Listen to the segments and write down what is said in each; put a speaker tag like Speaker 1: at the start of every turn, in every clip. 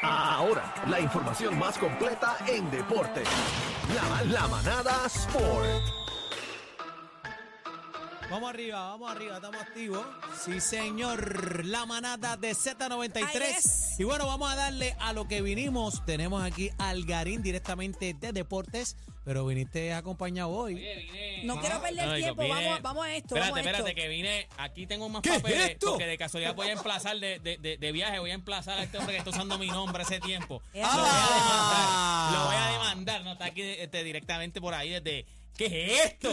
Speaker 1: Ahora, la información más completa en deporte. La, la manada Sport.
Speaker 2: Vamos arriba, vamos arriba, estamos activos. Sí, señor, la manada de
Speaker 3: Ahí es.
Speaker 2: Z93. Y bueno, vamos a darle a lo que vinimos. Tenemos aquí al Garín directamente de Deportes, pero viniste acompañado hoy.
Speaker 3: No quiero perder
Speaker 4: No, digo,
Speaker 3: tiempo,
Speaker 4: vine-
Speaker 3: vamos, vamos a esto.
Speaker 4: Espérate,
Speaker 3: vamos a
Speaker 4: espérate,
Speaker 3: esto.
Speaker 4: que vine. Aquí tengo más
Speaker 2: ¿Qué es
Speaker 4: papeles.
Speaker 2: esto?
Speaker 4: Porque de casualidad voy a emplazar de, de, de, de viaje, voy a emplazar a este hombre que está usando mi nombre hace tiempo. Lo voy
Speaker 2: Ah.
Speaker 4: a demandar. Lo voy a demandar. No está aquí este, directamente por ahí desde. ¿Qué es esto?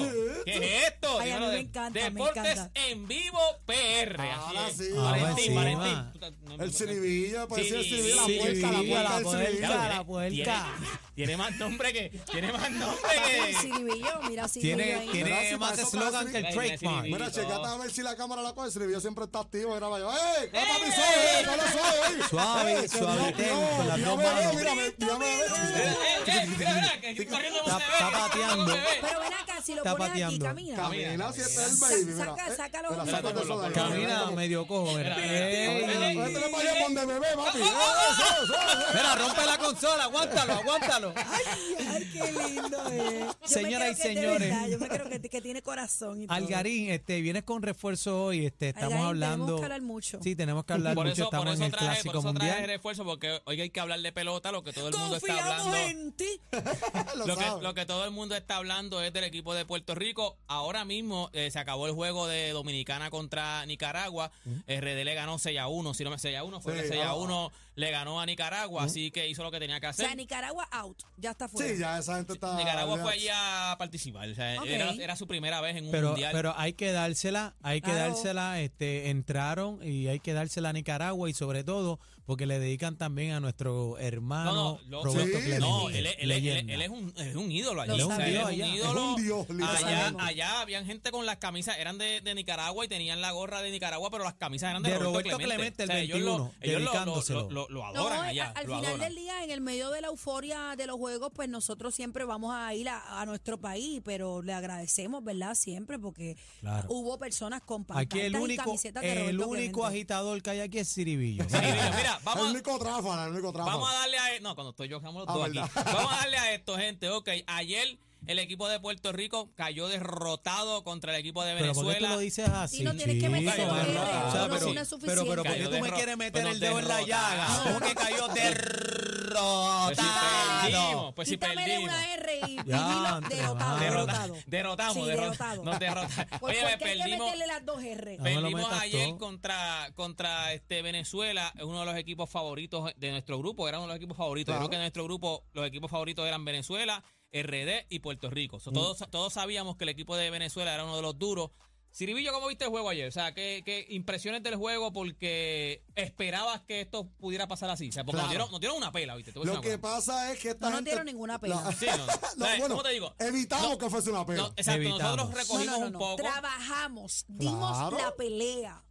Speaker 4: ¿Qué es esto?
Speaker 3: Ay, a mí
Speaker 4: Dímelo,
Speaker 3: me
Speaker 4: de-
Speaker 3: encanta, me
Speaker 4: Deportes
Speaker 3: encanta.
Speaker 4: en vivo PR. así
Speaker 5: Ahora
Speaker 4: es.
Speaker 5: sí.
Speaker 4: Valentín,
Speaker 2: Ahora sí,
Speaker 4: Valentín.
Speaker 2: ma.
Speaker 4: Tú estás- no, no,
Speaker 5: El
Speaker 4: no,
Speaker 5: Ciribilla, puede ser el Ciribilla, la
Speaker 2: Sí,
Speaker 5: puerta,
Speaker 2: Ciribilla,
Speaker 5: la
Speaker 2: la
Speaker 5: puerta del
Speaker 2: puerta.
Speaker 5: Ciribilla.
Speaker 4: Diablo,
Speaker 2: la
Speaker 4: tiene-
Speaker 2: puerta.
Speaker 4: Tiene, tiene más nombre que. Tiene más nombre
Speaker 3: Papi,
Speaker 4: que.
Speaker 3: Siribillo, mira Siribillo
Speaker 2: Tiene,
Speaker 3: ahí.
Speaker 2: tiene
Speaker 5: Gracias,
Speaker 2: más
Speaker 5: para eso
Speaker 2: eslogan
Speaker 5: casi-
Speaker 2: que el
Speaker 4: Ay,
Speaker 2: trademark.
Speaker 4: mira,
Speaker 5: Mira,
Speaker 4: Lindo.
Speaker 5: checate a ver si la cámara la coge. El Ciribilla siempre está activo. Graba yo. ¡Ey! ¡No, papi, soy! ¡No lo soy! ey!
Speaker 2: Suave,
Speaker 5: Ey, que
Speaker 2: suave,
Speaker 5: Dios,
Speaker 2: ten,
Speaker 5: Dios,
Speaker 2: con las
Speaker 5: Dios
Speaker 2: dos
Speaker 5: me ve,
Speaker 2: manos.
Speaker 5: mira, me- Dios me ve.
Speaker 4: Eh, eh, eh, mira, mira, que estoy corriendo como
Speaker 2: Está-
Speaker 4: se ve,
Speaker 2: está
Speaker 4: estoy corriendo como
Speaker 2: pateando.
Speaker 4: se ve.
Speaker 3: Pero ven acá, si lo
Speaker 2: Está
Speaker 3: pones aquí,
Speaker 2: pateando.
Speaker 3: camina.
Speaker 5: Camina, si este es el
Speaker 3: Sa-
Speaker 5: baby. mira.
Speaker 3: saca-
Speaker 5: Eh,
Speaker 3: sácalo.
Speaker 5: mira,
Speaker 3: Mira,
Speaker 5: sácate eso de ahí.
Speaker 2: Camina
Speaker 5: Mira,
Speaker 2: medio cojo. Mira,
Speaker 4: Mira, mira,
Speaker 2: Ey.
Speaker 4: mira,
Speaker 5: mira, Métele para allá donde me ve, papi. Eh, eso, eso, eso.
Speaker 2: Mira, rompe la consola, aguántalo, aguántalo.
Speaker 3: Ay, qué lindo es. Yo
Speaker 2: Señoras
Speaker 3: me creo
Speaker 2: y
Speaker 3: que es de
Speaker 2: señores.
Speaker 3: verdad, Yo me creo que, que tiene corazón y todo.
Speaker 2: Algarín, este, vienes con refuerzo hoy, este, estamos
Speaker 3: Algarín, tenemos
Speaker 2: hablando.
Speaker 3: que hablar mucho.
Speaker 2: Sí, tenemos que hablar
Speaker 4: Por
Speaker 2: mucho,
Speaker 4: eso, por
Speaker 2: estamos en
Speaker 4: eso
Speaker 2: el
Speaker 4: traje, por
Speaker 2: clásico
Speaker 4: eso traje
Speaker 2: mundial.
Speaker 4: refuerzo, porque hoy hay que hablar de pelota, lo que todo el mundo está
Speaker 3: Confiamos
Speaker 4: hablando.
Speaker 3: en ti.
Speaker 5: Lo
Speaker 4: Lo que,
Speaker 5: sabe.
Speaker 4: lo que todo el mundo está hablando es del equipo de Puerto Rico. Ahora mismo eh, se acabó el juego de Dominicana contra Nicaragua. RD le ganó 6 a 1. Si no me 6 a 1, fue
Speaker 5: Sí,
Speaker 4: que 6 a
Speaker 5: ah.
Speaker 4: 1 le ganó a Nicaragua. Así que hizo lo que tenía que
Speaker 3: O
Speaker 4: hacer.
Speaker 3: sea, Nicaragua out. Ya está fuera.
Speaker 5: Sí, ya esa gente está.
Speaker 4: Nicaragua fue allí a participar. O sea,
Speaker 3: Ah, Ok.
Speaker 4: era, era su primera vez en un
Speaker 2: Pero,
Speaker 4: mundial.
Speaker 2: pero hay que dársela, hay que
Speaker 3: Claro.
Speaker 2: dársela, este, entraron y hay que dársela a Nicaragua y sobre todo porque le dedican también a nuestro hermano
Speaker 4: lo-
Speaker 2: Roberto
Speaker 5: Sí,
Speaker 2: Clemente.
Speaker 4: No, él, es- él es- él es-
Speaker 2: leyenda.
Speaker 4: él es, un, es un ídolo allí.
Speaker 3: Lo
Speaker 4: o sea, él es
Speaker 2: sabía.
Speaker 4: un
Speaker 2: Es
Speaker 4: ídolo.
Speaker 5: un dios,
Speaker 4: allá,
Speaker 5: literalmente.
Speaker 4: allá habían gente con las camisas, eran de, de Nicaragua y tenían la gorra de Nicaragua, pero las camisas eran de,
Speaker 2: De
Speaker 4: Roberto,
Speaker 2: Roberto Clemente,
Speaker 4: Clemente.
Speaker 2: el
Speaker 4: ellos lo-
Speaker 2: 21,
Speaker 4: ellos lo, lo,
Speaker 2: dedicándoselo.
Speaker 4: lo, lo- lo
Speaker 3: No,
Speaker 4: adoran
Speaker 3: eh,
Speaker 4: allá.
Speaker 3: al
Speaker 4: lo
Speaker 3: final
Speaker 4: adoran.
Speaker 3: del día, en el medio de la euforia de los juegos, pues nosotros siempre vamos a ir a, a nuestro país, pero le agradecemos, ¿verdad? Siempre, porque
Speaker 2: Claro.
Speaker 3: hubo personas con
Speaker 2: Aquí el
Speaker 3: pancartas y
Speaker 2: único,
Speaker 3: camisetas de
Speaker 2: el
Speaker 3: Roberto
Speaker 2: único
Speaker 3: Clemente.
Speaker 2: agitador que hay aquí es Ciribillo.
Speaker 4: Sí, mira, mira,
Speaker 5: El
Speaker 4: vamos,
Speaker 5: único tráfala, el único tráfala.
Speaker 4: Vamos a darle a. No, cuando estoy yo, dejamos los
Speaker 5: Ah,
Speaker 4: dos
Speaker 5: ¿verdad?
Speaker 4: aquí. Vamos a darle a esto, gente. Ok, ayer el equipo de Puerto Rico cayó derrotado contra el equipo de
Speaker 2: Pero ¿por qué tú
Speaker 4: Venezuela.
Speaker 2: lo dices así?
Speaker 3: no tienes que meter
Speaker 4: el
Speaker 2: mano.
Speaker 4: dedo,
Speaker 2: O sea,
Speaker 4: no,
Speaker 2: pero,
Speaker 4: sí, no es
Speaker 2: pero, pero ¿por qué
Speaker 4: Cayó
Speaker 2: tú me
Speaker 4: derro-
Speaker 2: quieres meter
Speaker 4: pero
Speaker 2: el dedo en la llaga?
Speaker 4: derrotado.
Speaker 2: ¿Cómo que cayó
Speaker 4: Pues si
Speaker 2: derrotado?
Speaker 4: perdimos, pues si
Speaker 3: Quítame de
Speaker 4: perdimos.
Speaker 3: una R y, y
Speaker 2: Ya,
Speaker 3: dilo
Speaker 2: ante,
Speaker 3: derrotado,
Speaker 2: madre.
Speaker 3: Ah. derrotado.
Speaker 4: Derrotamos,
Speaker 3: Sí,
Speaker 4: derrot-
Speaker 3: derrotado.
Speaker 4: nos derrotamos.
Speaker 3: Pues,
Speaker 4: Oye,
Speaker 3: ¿por qué hay que
Speaker 4: perdimos,
Speaker 3: meterle las dos R?
Speaker 2: No me lo
Speaker 4: Perdimos
Speaker 2: metas
Speaker 4: ayer
Speaker 2: todo.
Speaker 4: contra, contra este Venezuela, es uno de los equipos favoritos de nuestro grupo, era uno de los equipos favoritos.
Speaker 5: Claro.
Speaker 4: Creo que en nuestro grupo los equipos favoritos eran Venezuela, RD y Puerto Rico. So, todos,
Speaker 5: Mm.
Speaker 4: todos sabíamos que el equipo de Venezuela era uno de los duros. Siribillo, ¿cómo viste el juego ayer? O sea, ¿qué, qué impresiones del juego? Porque esperabas que esto pudiera pasar así. O sea, porque
Speaker 5: Claro.
Speaker 4: nos, dieron, nos dieron una pela, ¿viste? Te voy a
Speaker 5: Lo
Speaker 4: decir
Speaker 5: que
Speaker 4: una cosa.
Speaker 5: pasa es que esta
Speaker 3: No nos
Speaker 5: gente-
Speaker 3: dieron ninguna pena.
Speaker 5: La-
Speaker 4: Sí, no, no.
Speaker 5: No,
Speaker 4: ¿Sabes?
Speaker 5: bueno,
Speaker 4: Eh, ¿Cómo te digo?
Speaker 5: Evitamos
Speaker 4: No,
Speaker 5: que fuese una pena.
Speaker 4: No, exacto,
Speaker 2: Evitamos.
Speaker 4: nosotros
Speaker 3: No,
Speaker 4: recogimos
Speaker 3: no, no,
Speaker 4: un
Speaker 3: no.
Speaker 4: poco.
Speaker 3: Trabajamos, dimos
Speaker 5: Claro.
Speaker 3: la pelea.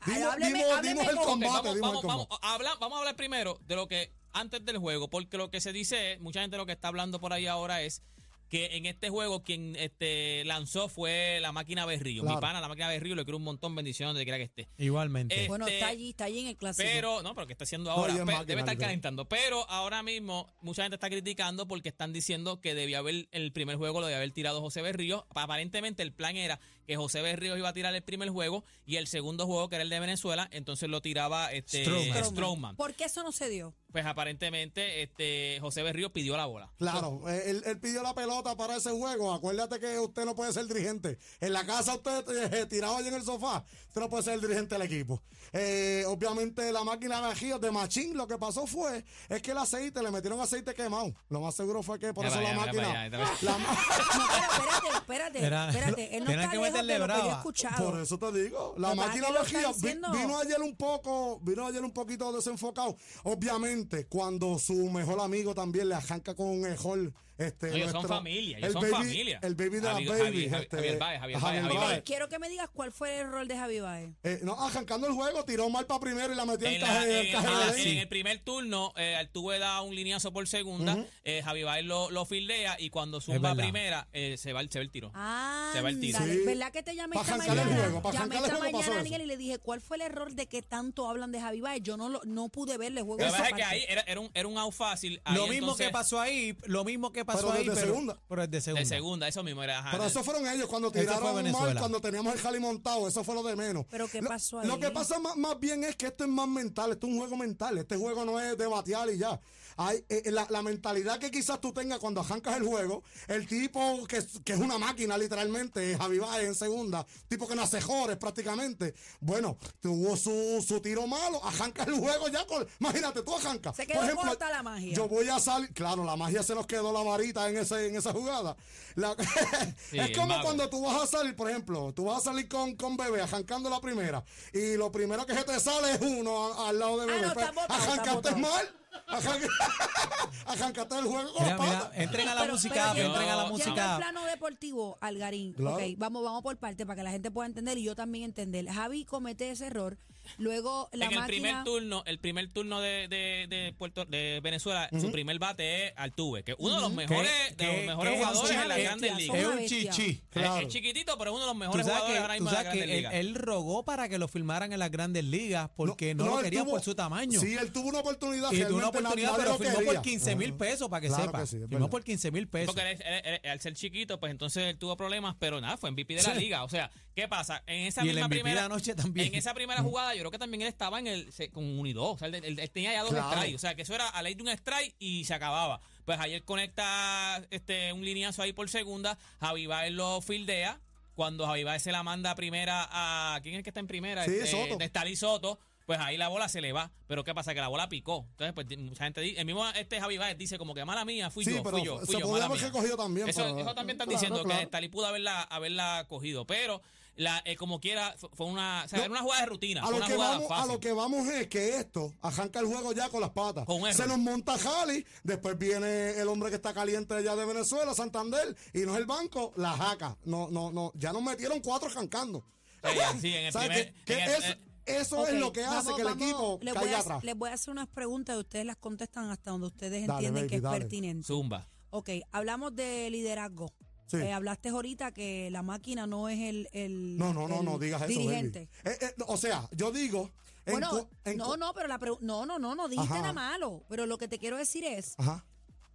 Speaker 3: Ay,
Speaker 5: Dimos-
Speaker 3: hábleme-
Speaker 5: dimos-
Speaker 3: hábleme
Speaker 5: dimos el
Speaker 3: con-
Speaker 5: combate,
Speaker 4: Ok,
Speaker 5: dimos el
Speaker 4: vamos,
Speaker 5: combate.
Speaker 4: vamos, habla- vamos a hablar primero de lo que antes del juego, porque lo que se dice, es, mucha gente lo que está hablando por ahí ahora es que en este juego quien este, lanzó fue la máquina Berrío. Mi
Speaker 5: Claro.
Speaker 4: pana, la máquina Berrío, le quiero un montón bendiciones donde quiera que esté.
Speaker 2: Igualmente.
Speaker 4: Eh,
Speaker 3: Bueno,
Speaker 4: Este,
Speaker 3: está allí, está allí en el clásico.
Speaker 4: Pero, no, pero que está haciendo
Speaker 5: No,
Speaker 4: ahora,
Speaker 5: y es
Speaker 4: Pe-
Speaker 5: máquina,
Speaker 4: debe estar
Speaker 5: yo creo.
Speaker 4: calentando. Pero ahora mismo, mucha gente está criticando porque están diciendo que debía haber, el primer juego lo debía haber tirado José Berrío. Aparentemente el plan era que José Berrío iba a tirar el primer juego y el segundo juego, que era el de Venezuela, entonces lo tiraba este,
Speaker 2: Stroman.
Speaker 4: Stroman.
Speaker 3: ¿Por qué eso no se dio?
Speaker 4: Pues aparentemente este, José Berrío pidió la bola.
Speaker 5: Claro, eh, él, él pidió la pelota para ese juego. Acuérdate que usted no puede ser dirigente. En la casa usted eh, tirado ahí en el sofá, usted no puede ser dirigente del equipo. Eh, obviamente la máquina de ajío de Machín lo que pasó fue es que el aceite, le metieron aceite quemado. Lo más seguro fue que por
Speaker 4: Mira
Speaker 5: eso
Speaker 4: para
Speaker 5: la
Speaker 4: allá, mira
Speaker 5: máquina...
Speaker 4: para allá,
Speaker 5: la ma-
Speaker 3: No, pero espérate, espérate,
Speaker 2: Era-
Speaker 3: espérate. Él no
Speaker 2: Tienen
Speaker 3: está
Speaker 2: que
Speaker 3: lejos de
Speaker 2: meterle
Speaker 3: lo que yo he
Speaker 2: brava.
Speaker 3: escuchado.
Speaker 5: Por eso te digo,
Speaker 3: Lo
Speaker 5: la
Speaker 3: que pasa es
Speaker 5: máquina
Speaker 3: que lo
Speaker 5: de ajío
Speaker 3: están haciendo-
Speaker 5: vi- vino ayer un poco, vino ayer un poquito desenfocado. Obviamente, cuando su mejor amigo también le arranca con un mejor Este,
Speaker 4: No, ellos son
Speaker 5: nuestro-
Speaker 4: familia, ellos
Speaker 5: el
Speaker 4: son
Speaker 5: baby-
Speaker 4: familia.
Speaker 5: El baby de
Speaker 4: Javi-
Speaker 5: las babies.
Speaker 4: Javi-
Speaker 5: este,
Speaker 4: Javier Baez, Javier Baez, Javier
Speaker 3: Mira,
Speaker 4: Baez.
Speaker 3: quiero que me digas cuál fue el rol de Javi Baez.
Speaker 5: Eh, no, arrancando el juego, tiró mal para primero y la metió en,
Speaker 4: En, la-
Speaker 5: caja-
Speaker 4: en-
Speaker 5: en caja
Speaker 4: en la-
Speaker 5: de
Speaker 4: en
Speaker 5: Ley.
Speaker 4: el ah, primer turno, eh, Altuve da un lineazo por segunda, eh, Javi Baez lo, lo fildea y cuando zumba
Speaker 2: verdad.
Speaker 4: primera, eh, se, va, el- se va el tiro.
Speaker 3: Ah,
Speaker 4: Se va el tiro.
Speaker 3: ándale,
Speaker 5: Sí.
Speaker 3: ¿verdad que te llamé
Speaker 5: Pa'
Speaker 3: esta
Speaker 5: arrancar el
Speaker 3: mañana?
Speaker 5: juego, pa'
Speaker 3: llamé
Speaker 5: arrancar el
Speaker 3: esta
Speaker 5: juego pasó
Speaker 3: mañana a
Speaker 5: eso.
Speaker 3: Daniel y le dije, ¿cuál fue el error de que tanto hablan de Javi Baez? Yo no, lo, no pude verle el juego.
Speaker 4: Lo que
Speaker 3: esa
Speaker 4: pasa es que
Speaker 3: parte.
Speaker 4: ahí era, era un, era un out fácil. ahí
Speaker 2: Lo mismo
Speaker 4: entonces,
Speaker 2: que pasó ahí, lo mismo que pasó
Speaker 5: Pero
Speaker 2: ahí,
Speaker 5: desde
Speaker 2: pero,
Speaker 5: segunda.
Speaker 2: pero es de segunda.
Speaker 4: De segunda, eso mismo era. ajá,
Speaker 5: Pero
Speaker 4: de-
Speaker 5: eso fueron ellos cuando
Speaker 2: Ese fue
Speaker 5: tiraron mal,
Speaker 2: Venezuela.
Speaker 5: cuando teníamos el jali montado, eso fue lo de menos.
Speaker 3: Pero ¿qué
Speaker 5: Lo-
Speaker 3: pasó
Speaker 5: Lo
Speaker 3: ahí?
Speaker 5: que pasa más, más bien es que esto es más mental, esto es un juego mental, este juego no es de batear y ya. Hay, eh, la, la mentalidad que quizás tú tengas cuando arrancas el juego, el tipo que, es- que es una máquina literalmente, Javi Baez en segunda, tipo que no hace jores prácticamente, bueno, tuvo su, su tiro malo, arrancas el juego ya con, imagínate, tú arrancas.
Speaker 3: Se quedó corta la magia.
Speaker 5: Yo voy a salir, Pues claro, la magia se nos quedó la varita en, ese, en esa jugada. La-
Speaker 4: el
Speaker 5: es como
Speaker 4: mago.
Speaker 5: cuando tú vas a salir, por ejemplo, tú vas a salir con, con bebé, arrancando la primera, y lo primero que se te sale es uno a- al lado de
Speaker 3: Ah,
Speaker 5: bebé.
Speaker 3: no,
Speaker 5: Pues,
Speaker 3: está botado, está
Speaker 5: arrancaste
Speaker 3: botado.
Speaker 5: mal, arranca- arrancaste el juego con
Speaker 2: Mira,
Speaker 5: las
Speaker 2: mira,
Speaker 5: patas.
Speaker 2: entrega la
Speaker 3: Pero-
Speaker 2: música,
Speaker 3: pero
Speaker 2: entrega la
Speaker 3: yendo-
Speaker 2: música.
Speaker 3: yendo al plano deportivo, Algarín.
Speaker 5: Claro.
Speaker 3: Ok, vamos, vamos por parte para que la gente pueda entender y yo también entender. Javi comete ese error. Luego la
Speaker 4: en el primer
Speaker 3: máquina.
Speaker 4: turno, el primer turno de, de, de Puerto, de Venezuela, su primer bate es Altuve, que es uno de los mejores, de los
Speaker 2: qué-
Speaker 4: mejores
Speaker 2: qué
Speaker 4: jugadores en la
Speaker 3: bestia,
Speaker 4: Grandes
Speaker 3: son
Speaker 4: Ligas.
Speaker 2: Es
Speaker 3: una
Speaker 2: un
Speaker 3: bestia.
Speaker 2: chichi.
Speaker 4: Es-
Speaker 5: Claro.
Speaker 4: Es, chiquitito, pero es uno de los
Speaker 2: Tú
Speaker 4: mejores
Speaker 2: sabes
Speaker 4: jugadores ahora
Speaker 2: que, tú
Speaker 4: mismo de la
Speaker 2: sabes que
Speaker 4: Grandes
Speaker 2: él,
Speaker 4: Ligas.
Speaker 2: él rogó para que lo firmaran en las grandes ligas porque no,
Speaker 5: No,
Speaker 2: lo
Speaker 5: él
Speaker 2: querían
Speaker 5: tuvo-
Speaker 2: por su tamaño.
Speaker 5: Sí, él tuvo una oportunidad.
Speaker 2: y tuvo una
Speaker 5: realmente na-
Speaker 2: oportunidad,
Speaker 5: nadie
Speaker 2: pero
Speaker 5: lo
Speaker 2: firmó por
Speaker 5: quería.
Speaker 2: 15 mil
Speaker 5: Ajá.
Speaker 2: pesos, para que
Speaker 5: Claro
Speaker 2: sepa.
Speaker 5: que sí, es
Speaker 2: firmó
Speaker 5: verdad.
Speaker 2: por 15 mil pesos.
Speaker 4: Porque él es- él- él- al ser chiquito, pues entonces él tuvo problemas, pero nada, fue MVP de la
Speaker 2: Sí.
Speaker 4: liga. O sea, ¿qué pasa? En esa
Speaker 2: Y el
Speaker 4: misma
Speaker 2: MVP de
Speaker 4: primera
Speaker 2: la noche también. Mm.
Speaker 4: En esa primera jugada, yo creo que también él estaba en el se- con un y dos. O sea, él, él- él tenía ya dos
Speaker 5: Claro.
Speaker 4: strikes. O sea, que eso era a ley de un strike y se acababa. Pues ayer conecta este un lineazo ahí por segunda. Javi Baez lo fildea. Cuando Javi Baez se la manda primera a. ¿Quién es el que está en primera?
Speaker 5: Sí,
Speaker 4: Este,
Speaker 5: Soto.
Speaker 4: de Stalin Soto. Pues ahí la bola se le va. Pero ¿qué pasa? Que la bola picó. Entonces, pues di- mucha gente dice. El mismo este Javi Baez dice como que mala mía, fui
Speaker 5: Sí,
Speaker 4: yo,
Speaker 5: pero
Speaker 4: fui yo. Fui
Speaker 5: se
Speaker 4: yo,
Speaker 5: podía
Speaker 4: mala
Speaker 5: haber
Speaker 4: mía".
Speaker 5: recogido también.
Speaker 4: Eso,
Speaker 5: pero-
Speaker 4: eso también están
Speaker 5: Claro,
Speaker 4: diciendo
Speaker 5: claro.
Speaker 4: que Stalin pudo haberla, haberla cogido, pero la, eh, como quiera, fu- fue una, o sea,
Speaker 5: No.
Speaker 4: era una jugada de rutina,
Speaker 5: A
Speaker 4: fue
Speaker 5: lo,
Speaker 4: una
Speaker 5: que
Speaker 4: jugada
Speaker 5: vamos, a
Speaker 4: fácil.
Speaker 5: lo que vamos es que esto arranca el juego ya con las patas.
Speaker 4: Con un error.
Speaker 5: Se nos monta Jali, después viene el hombre que está caliente allá de Venezuela, Santander, y no es el banco, la jaca. No, no, no, ya nos metieron cuatro arrancando.
Speaker 4: Eh, sí, en el
Speaker 5: ¿Sabes
Speaker 4: primer-
Speaker 5: qué? Que
Speaker 4: en el-
Speaker 5: eso-
Speaker 4: eh,
Speaker 5: eso
Speaker 3: Ok,
Speaker 5: es lo que hace
Speaker 3: vamos,
Speaker 5: que el
Speaker 3: vamos,
Speaker 5: equipo
Speaker 3: les voy,
Speaker 5: caiga
Speaker 3: a,
Speaker 5: atrás.
Speaker 3: les voy a hacer unas preguntas y ustedes las contestan hasta donde ustedes
Speaker 5: Dale,
Speaker 3: entienden que
Speaker 5: baby,
Speaker 3: es
Speaker 5: dale.
Speaker 3: pertinente.
Speaker 4: Zumba.
Speaker 3: Ok, hablamos de liderazgo.
Speaker 5: Sí.
Speaker 3: Eh, hablaste ahorita que la máquina no es el, el-
Speaker 5: No, no, no,
Speaker 3: el
Speaker 5: no digas eso. baby.
Speaker 3: dirigente.
Speaker 5: Eh, eh, o sea, yo digo. en
Speaker 3: Bueno,
Speaker 5: cu- en
Speaker 3: no,
Speaker 5: cu-
Speaker 3: no, pero la pregu- no, no, no, no dijiste
Speaker 5: Ajá.
Speaker 3: nada malo. Pero lo que te quiero decir es,
Speaker 5: Ajá.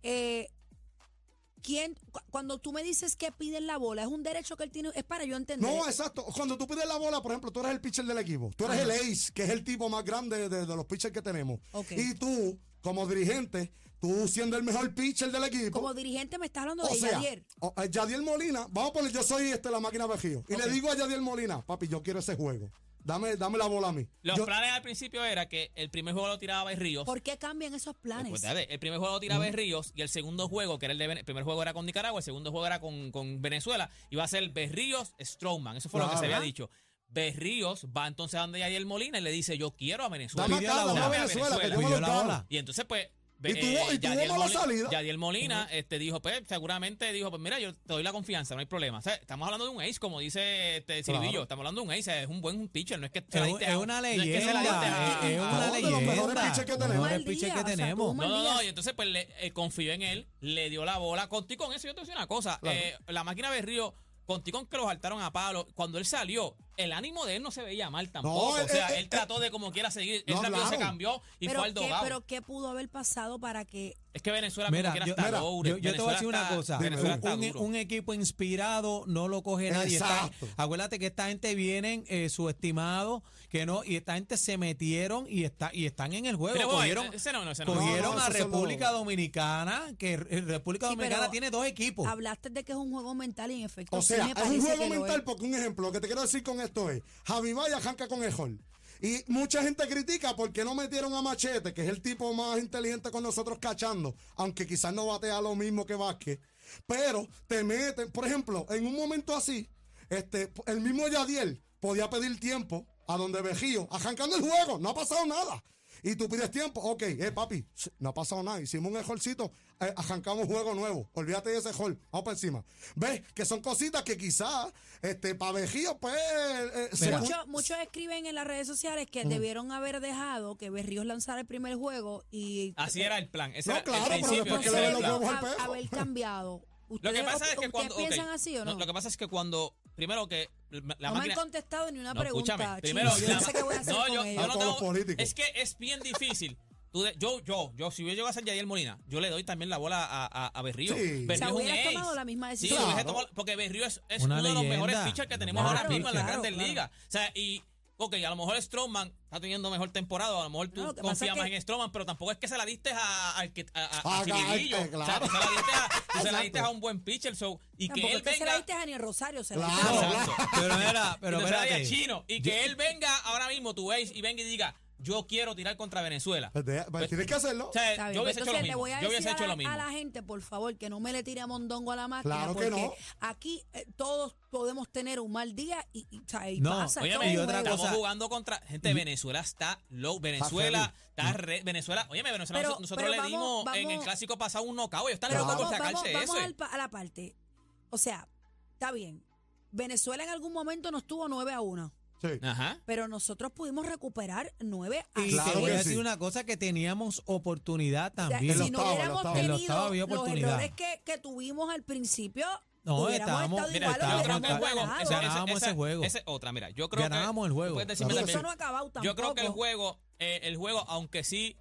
Speaker 3: eh, ¿quién, cu- cuando tú me dices que piden la bola, es un derecho que él tiene, es para yo entender.
Speaker 5: No, exacto. Cuando tú pides la bola, por ejemplo, tú eres el pitcher del equipo. Tú eres
Speaker 3: Ajá.
Speaker 5: el ace, que es el tipo más grande de, de los pitchers que tenemos.
Speaker 3: Ok.
Speaker 5: Y tú, como dirigente, tú siendo el mejor pitcher del equipo.
Speaker 3: Como dirigente me estás hablando
Speaker 5: o
Speaker 3: de
Speaker 5: sea,
Speaker 3: Yadier.
Speaker 5: o- eh, Yadier Molina, vamos a poner, yo soy este, la máquina Vejío. Y le digo a Yadier Molina, papi, yo quiero ese juego. Dame, dame la bola a mí.
Speaker 4: Los
Speaker 5: Yo-
Speaker 4: planes al principio era que el primer juego lo tiraba Bay Ríos.
Speaker 3: ¿Por qué cambian esos planes?
Speaker 4: Recuerda, el primer juego lo tiraba Bay Ríos y el segundo juego, que era el, de, Vene- el primer juego era con Nicaragua, el segundo juego era con, con Venezuela, iba a ser Berríos Strowman. Eso fue lo que
Speaker 5: Ajá.
Speaker 4: se había dicho. Berríos va entonces a donde Yadier Molina y le dice, yo quiero a Venezuela.
Speaker 5: dame
Speaker 2: pidió la
Speaker 5: acá, dame a
Speaker 2: bola.
Speaker 5: Venezuela, que yo me
Speaker 2: Pidió
Speaker 5: lo
Speaker 2: la
Speaker 5: gano.
Speaker 2: bola.
Speaker 4: Y entonces, pues.
Speaker 5: Y tuvo- y tuvo mala
Speaker 4: Molina,
Speaker 5: salida.
Speaker 4: Yadier Molina este, dijo, pues, seguramente dijo, pues mira, yo te doy la confianza, no hay problema. O sea, estamos hablando de un ace, como dice este, Silvillo,
Speaker 5: Claro.
Speaker 4: estamos hablando de un ace, es un buen pitcher, no es que
Speaker 2: Es un- es una leyenda. Es es una
Speaker 5: Uno de los mejores
Speaker 2: leyenda. Uno de
Speaker 5: pitchers que
Speaker 2: los
Speaker 5: tenemos.
Speaker 2: mejores
Speaker 3: Mal día,
Speaker 2: pitchers
Speaker 3: o
Speaker 2: que
Speaker 3: sea,
Speaker 2: tenemos.
Speaker 3: tú
Speaker 4: No, no, no,
Speaker 3: Díaz.
Speaker 4: y entonces pues le, eh, confió en él, le dio la bola. Contigo con eso, yo te voy a decir una cosa.
Speaker 5: Claro.
Speaker 4: eh, la máquina de Río, contigo con que los saltaron a palo, cuando él salió, el ánimo de él no se veía mal tampoco.
Speaker 5: No,
Speaker 4: o sea,
Speaker 5: eh, eh,
Speaker 4: él trató de como quiera seguir, él
Speaker 5: no,
Speaker 4: rápido se
Speaker 5: claro.
Speaker 4: cambió y
Speaker 3: pero,
Speaker 4: fue al
Speaker 3: ¿qué,
Speaker 4: dogado.
Speaker 3: pero ¿qué pudo haber pasado para que
Speaker 4: Es que Venezuela
Speaker 2: Mira,
Speaker 4: como quiera
Speaker 2: yo,
Speaker 4: está
Speaker 2: mira,
Speaker 4: duro,
Speaker 2: yo- yo te voy a
Speaker 4: Venezuela
Speaker 2: decir una
Speaker 4: está-
Speaker 2: cosa.
Speaker 4: Venezuela está
Speaker 2: Un,
Speaker 4: duro.
Speaker 2: un equipo inspirado no lo coge nadie. Está-
Speaker 5: Exacto.
Speaker 2: acuérdate que esta gente vienen eh, subestimados, que no, y esta gente se metieron y está, y están en el juego.
Speaker 4: Pero,
Speaker 2: cogieron
Speaker 4: bueno, pues, ese no, no, ese no.
Speaker 2: cogieron
Speaker 5: no,
Speaker 2: a
Speaker 5: eso son
Speaker 2: República Dominicana, que eh, República
Speaker 3: Sí,
Speaker 2: Dominicana
Speaker 3: pero
Speaker 2: tiene dos equipos.
Speaker 3: hablaste de que es un juego mental y en efecto
Speaker 5: O
Speaker 3: sí
Speaker 5: sea,
Speaker 3: me
Speaker 5: es un
Speaker 3: parece
Speaker 5: juego
Speaker 3: que lo
Speaker 5: mental
Speaker 3: es.
Speaker 5: porque un ejemplo, lo que te quiero decir con esto es, Javi Vaya arranca con el hall. Y mucha gente critica porque no metieron a Machete, que es el tipo más inteligente con nosotros cachando, aunque quizás no batea lo mismo que Vázquez. Pero te meten, por ejemplo, en un momento así, este, el mismo Yadiel podía pedir tiempo a donde Vejío, arrancando el juego, no ha pasado nada. Y tú pides tiempo, ok, eh, papi, sh- no ha pasado nada. Hicimos un ejolcito, eh, arrancamos un juego nuevo. Olvídate de ese ejol, vamos para encima. ¿Ves? Que son cositas que quizás, este, pavejío, pues. eh, se-
Speaker 2: Mira.
Speaker 3: Muchos, muchos escriben en las redes sociales que debieron haber dejado que Berríos lanzara el primer juego y
Speaker 4: Así era el plan. Ese
Speaker 5: No,
Speaker 4: era
Speaker 5: claro,
Speaker 4: el
Speaker 5: pero
Speaker 4: principio,
Speaker 5: después que
Speaker 4: ese
Speaker 5: le
Speaker 4: era
Speaker 5: den
Speaker 4: el
Speaker 5: los
Speaker 4: plan.
Speaker 5: huevos al
Speaker 3: hab-
Speaker 5: perro.
Speaker 3: haber cambiado.
Speaker 4: Lo
Speaker 3: ¿Ustedes,
Speaker 4: que pasa es que
Speaker 3: ¿ustedes
Speaker 4: cuando. ok,
Speaker 3: piensan así o no?
Speaker 4: no,
Speaker 3: No,
Speaker 4: Lo que pasa es que cuando. Primero que la
Speaker 3: me han
Speaker 4: máquina.
Speaker 3: contestado ni una
Speaker 4: No,
Speaker 3: pregunta.
Speaker 4: escúchame.
Speaker 3: chicos.
Speaker 4: Primero,
Speaker 3: yo
Speaker 4: la-
Speaker 3: no sé qué voy a hacer
Speaker 4: no,
Speaker 3: con
Speaker 4: yo,
Speaker 3: ellos.
Speaker 4: yo no
Speaker 5: A todos
Speaker 4: tengo-
Speaker 5: los políticos.
Speaker 4: Es que es bien difícil. Tú de- yo, yo, yo, si yo llego a ser Yadier Molina, yo le doy también la bola a, a, a Berrío.
Speaker 5: Sí.
Speaker 4: Berrío
Speaker 3: O sea,
Speaker 4: es un
Speaker 3: hubieras
Speaker 4: ace.
Speaker 3: tomado la misma
Speaker 4: Sí,
Speaker 3: decisión.
Speaker 4: lo hubiese
Speaker 5: Claro.
Speaker 4: tomado, porque Berrío es, es
Speaker 2: Una
Speaker 4: uno de los
Speaker 2: leyenda.
Speaker 4: mejores pitchers que tenemos
Speaker 2: Claro,
Speaker 4: ahora mismo en las
Speaker 3: claro,
Speaker 4: grandes
Speaker 3: claro.
Speaker 4: ligas. O sea, y. Ok, a lo mejor Stroman está teniendo mejor temporada, a lo mejor tú
Speaker 3: No, lo que pasa
Speaker 4: confías
Speaker 3: es
Speaker 4: más
Speaker 3: que-
Speaker 4: en Stroman, pero tampoco es que se la diste a, al que- a, a, a
Speaker 5: Ah,
Speaker 4: Chiribillo.
Speaker 5: claro.
Speaker 4: O sea, tú se la diste a, tú se la diste
Speaker 5: Exacto.
Speaker 4: a un buen pitcher. So, y que
Speaker 3: Tampoco
Speaker 4: él
Speaker 3: es que se la
Speaker 4: venga.
Speaker 3: diste a Daniel Rosario, se la
Speaker 5: Claro.
Speaker 3: diste a-
Speaker 4: Exacto.
Speaker 2: Pero era, pero
Speaker 4: Pero
Speaker 2: espérate.
Speaker 4: chino. Y que él venga ahora mismo, tú veis, y venga y diga, yo quiero tirar contra Venezuela.
Speaker 5: Pues de- pues tienes que hacerlo.
Speaker 4: O sea,
Speaker 3: Está bien,
Speaker 4: yo
Speaker 3: pues
Speaker 4: hubiese hecho lo
Speaker 3: entonces le
Speaker 4: mismo.
Speaker 3: voy a
Speaker 4: Yo
Speaker 3: decir
Speaker 4: hubiese
Speaker 3: a
Speaker 4: hecho
Speaker 3: la,
Speaker 4: lo mismo.
Speaker 3: a la gente, por favor, que no me le tire a mondongo a la máquina.
Speaker 5: Claro que
Speaker 3: porque
Speaker 5: no.
Speaker 3: aquí eh, todos podemos tener un mal día y, y, o sea, y
Speaker 2: No,
Speaker 3: pasa.
Speaker 4: Oye,
Speaker 3: todo
Speaker 2: y
Speaker 3: un
Speaker 2: otra
Speaker 3: juego.
Speaker 4: estamos
Speaker 2: cosa-
Speaker 4: jugando contra. Gente, Venezuela está low. Venezuela está re. Venezuela. Oye, Venezuela,
Speaker 3: Pero-
Speaker 4: nosotros
Speaker 3: pero
Speaker 4: le
Speaker 3: vamos-
Speaker 4: dimos en
Speaker 3: vamos-
Speaker 4: el clásico pasado un knockout. Ellos están
Speaker 3: Pero
Speaker 4: locos
Speaker 3: vamos,
Speaker 4: por
Speaker 3: vamos,
Speaker 4: sacarse
Speaker 3: vamos
Speaker 4: eso.
Speaker 3: al pa- a la parte. O sea, está bien. Venezuela en algún momento nos tuvo 9 a 1,
Speaker 5: Sí.
Speaker 4: Ajá.
Speaker 3: pero nosotros pudimos recuperar 9 a
Speaker 2: Y
Speaker 3: 0.
Speaker 5: Claro
Speaker 2: te voy a
Speaker 5: que
Speaker 2: decir
Speaker 5: sí.
Speaker 2: una cosa que teníamos oportunidad
Speaker 3: Ah, O sea,
Speaker 2: también.
Speaker 5: En
Speaker 3: si
Speaker 5: los
Speaker 3: no
Speaker 5: octavo, en
Speaker 3: hubiéramos
Speaker 5: los octavo.
Speaker 2: En los octavo
Speaker 3: tenido
Speaker 2: había
Speaker 3: los
Speaker 2: oportunidad.
Speaker 3: errores que, que tuvimos al principio,
Speaker 2: No,
Speaker 3: hubiéramos
Speaker 2: estábamos-
Speaker 3: estado
Speaker 2: mira,
Speaker 3: igual,
Speaker 2: estábamos-
Speaker 4: yo creo que el
Speaker 3: hubiéramos
Speaker 4: juego.
Speaker 3: ganado.
Speaker 4: esa- esa-
Speaker 2: Ganábamos
Speaker 4: esa-
Speaker 2: ese juego.
Speaker 4: esa es otra. Mira, yo creo que.
Speaker 2: Ganábamos el juego.
Speaker 4: tú puedes decirme
Speaker 3: Y
Speaker 4: también-
Speaker 3: eso no ha acabado tampoco.
Speaker 4: Yo creo que el juego, eh, el juego, aunque sí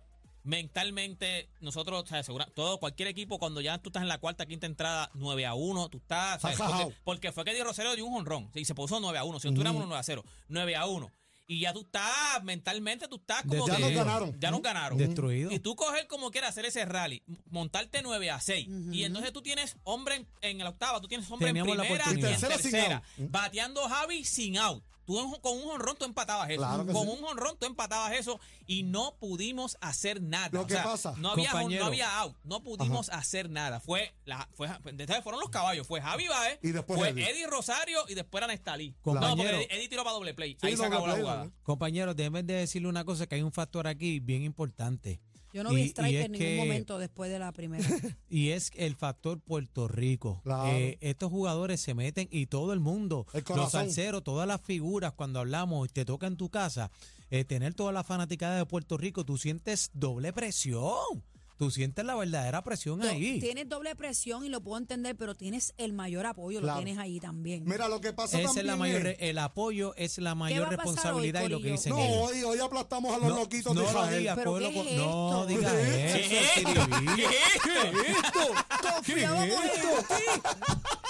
Speaker 4: mentalmente nosotros, o sea, segura- todo, cualquier equipo, cuando ya tú estás en la cuarta, quinta entrada, 9 a 1, tú estás.
Speaker 5: Estás
Speaker 4: ¿sabes? Porque,
Speaker 5: rajao.
Speaker 4: porque fue que Di Rosario dio un honrón y se puso 9 a 1. Si no tuviéramos un 9 a 0, 9 a 1. Y ya tú estás, mentalmente tú estás como.
Speaker 5: Ya
Speaker 4: que-
Speaker 5: nos ganaron.
Speaker 4: Ya nos ganaron.
Speaker 2: Destruido.
Speaker 4: Y tú coger como quieras hacer ese rally, m- montarte 9 a 6. Y entonces tú tienes hombre en, en la octava, tú tienes hombre
Speaker 2: Teníamos
Speaker 4: en
Speaker 2: la
Speaker 4: primera y en
Speaker 2: oportunidad.
Speaker 5: Tercera
Speaker 4: tercera.
Speaker 5: sin out.
Speaker 4: Bateando Javi sin out. Tú en- con un honrón tú empatabas eso.
Speaker 5: Claro que
Speaker 4: con
Speaker 5: sí.
Speaker 4: un honrón tú empatabas eso y no pudimos hacer nada.
Speaker 5: Lo
Speaker 4: O
Speaker 5: que
Speaker 4: sea,
Speaker 5: pasa,
Speaker 4: No había, hon-
Speaker 2: compañero.
Speaker 4: no había out. No pudimos hacer nada. Fue, la, fue entonces fueron los caballos. Fue Javi Baez.
Speaker 5: Y después
Speaker 4: fue
Speaker 5: Eddie.
Speaker 4: Eddie. Rosario y después era Nestalí.
Speaker 2: Compañero.
Speaker 4: No, porque Eddie, Eddie tiró para doble play.
Speaker 5: Sí,
Speaker 4: Ahí se
Speaker 5: doble
Speaker 4: acabó la
Speaker 5: play,
Speaker 4: jugada.
Speaker 5: doble.
Speaker 2: Compañeros, déjenme de decirle una cosa, que hay un factor aquí bien importante.
Speaker 3: Yo no vi
Speaker 2: Y- y
Speaker 3: strike
Speaker 2: es
Speaker 3: en ningún
Speaker 2: que-
Speaker 3: momento después de la primera.
Speaker 2: Y es el factor Puerto Rico.
Speaker 5: Claro.
Speaker 2: Eh, estos jugadores se meten y todo el mundo,
Speaker 5: El corazón.
Speaker 2: los salseros, todas las figuras, cuando hablamos, te toca en tu casa, eh, tener toda la fanaticada de Puerto Rico, tú sientes doble presión. Tú sientes la verdadera presión
Speaker 3: Do-
Speaker 2: ahí.
Speaker 3: Tienes doble presión y lo puedo entender, pero tienes el mayor apoyo,
Speaker 5: Claro.
Speaker 3: lo tienes ahí también.
Speaker 5: Mira, lo que pasa
Speaker 2: Esa es
Speaker 5: también
Speaker 2: la mayor,
Speaker 5: es-
Speaker 2: el apoyo es la mayor
Speaker 3: va a pasar
Speaker 2: responsabilidad
Speaker 3: hoy,
Speaker 2: y lo que
Speaker 3: Corillo?
Speaker 2: dicen
Speaker 5: No,
Speaker 2: ellos.
Speaker 5: hoy, hoy aplastamos a los loquitos
Speaker 2: no
Speaker 5: de
Speaker 2: lo
Speaker 5: Israel.
Speaker 2: digas,
Speaker 3: ¿Pero
Speaker 2: cógelo
Speaker 3: qué
Speaker 2: con-
Speaker 3: es
Speaker 2: no
Speaker 3: esto?
Speaker 2: digas
Speaker 5: ¿Qué
Speaker 2: eso, Siribillo.